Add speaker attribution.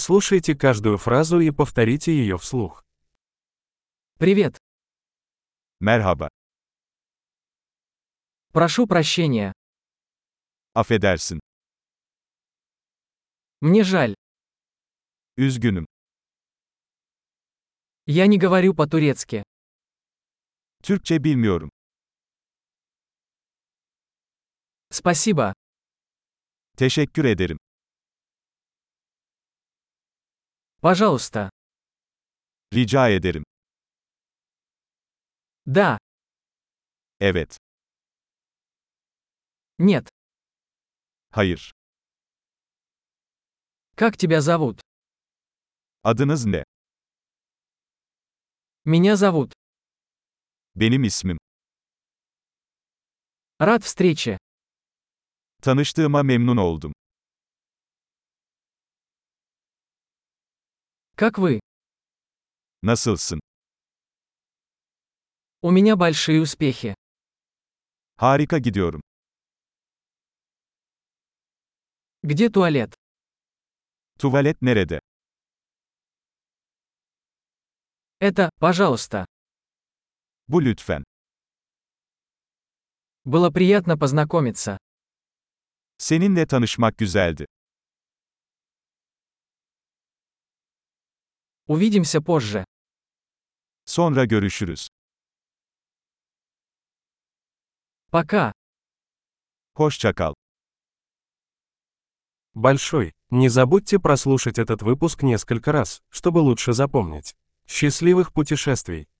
Speaker 1: Прослушайте каждую фразу и повторите ее вслух.
Speaker 2: Привет.
Speaker 3: Merhaba.
Speaker 2: Прошу прощения.
Speaker 3: Affedersin.
Speaker 2: Мне жаль.
Speaker 3: Üzgünüm.
Speaker 2: Я не говорю по-турецки.
Speaker 3: Türkçe bilmiyorum.
Speaker 2: Спасибо.
Speaker 3: Teşekkür ederim.
Speaker 2: Пожалуйста.
Speaker 3: Rica ederim.
Speaker 2: Да.
Speaker 3: Evet.
Speaker 2: Нет.
Speaker 3: Hayır.
Speaker 2: Как тебя зовут?
Speaker 3: Adınız ne?
Speaker 2: Меня зовут.
Speaker 3: Benim ismim.
Speaker 2: Рад встрече.
Speaker 3: Tanıştığıma memnun oldum.
Speaker 2: Как вы?
Speaker 3: Nasılsın?
Speaker 2: У меня большие успехи.
Speaker 3: Harika gidiyorum.
Speaker 2: Где туалет?
Speaker 3: Tuvalet nerede?
Speaker 2: Это, пожалуйста.
Speaker 3: Bu lütfen.
Speaker 2: Было приятно познакомиться.
Speaker 3: Seninle tanışmak güzeldi.
Speaker 2: Увидимся позже.
Speaker 3: Sonra görüşürüz.
Speaker 2: Пока.
Speaker 3: Hoşça kal.
Speaker 1: Большой. Не забудьте прослушать этот выпуск несколько раз, чтобы лучше запомнить. Счастливых путешествий!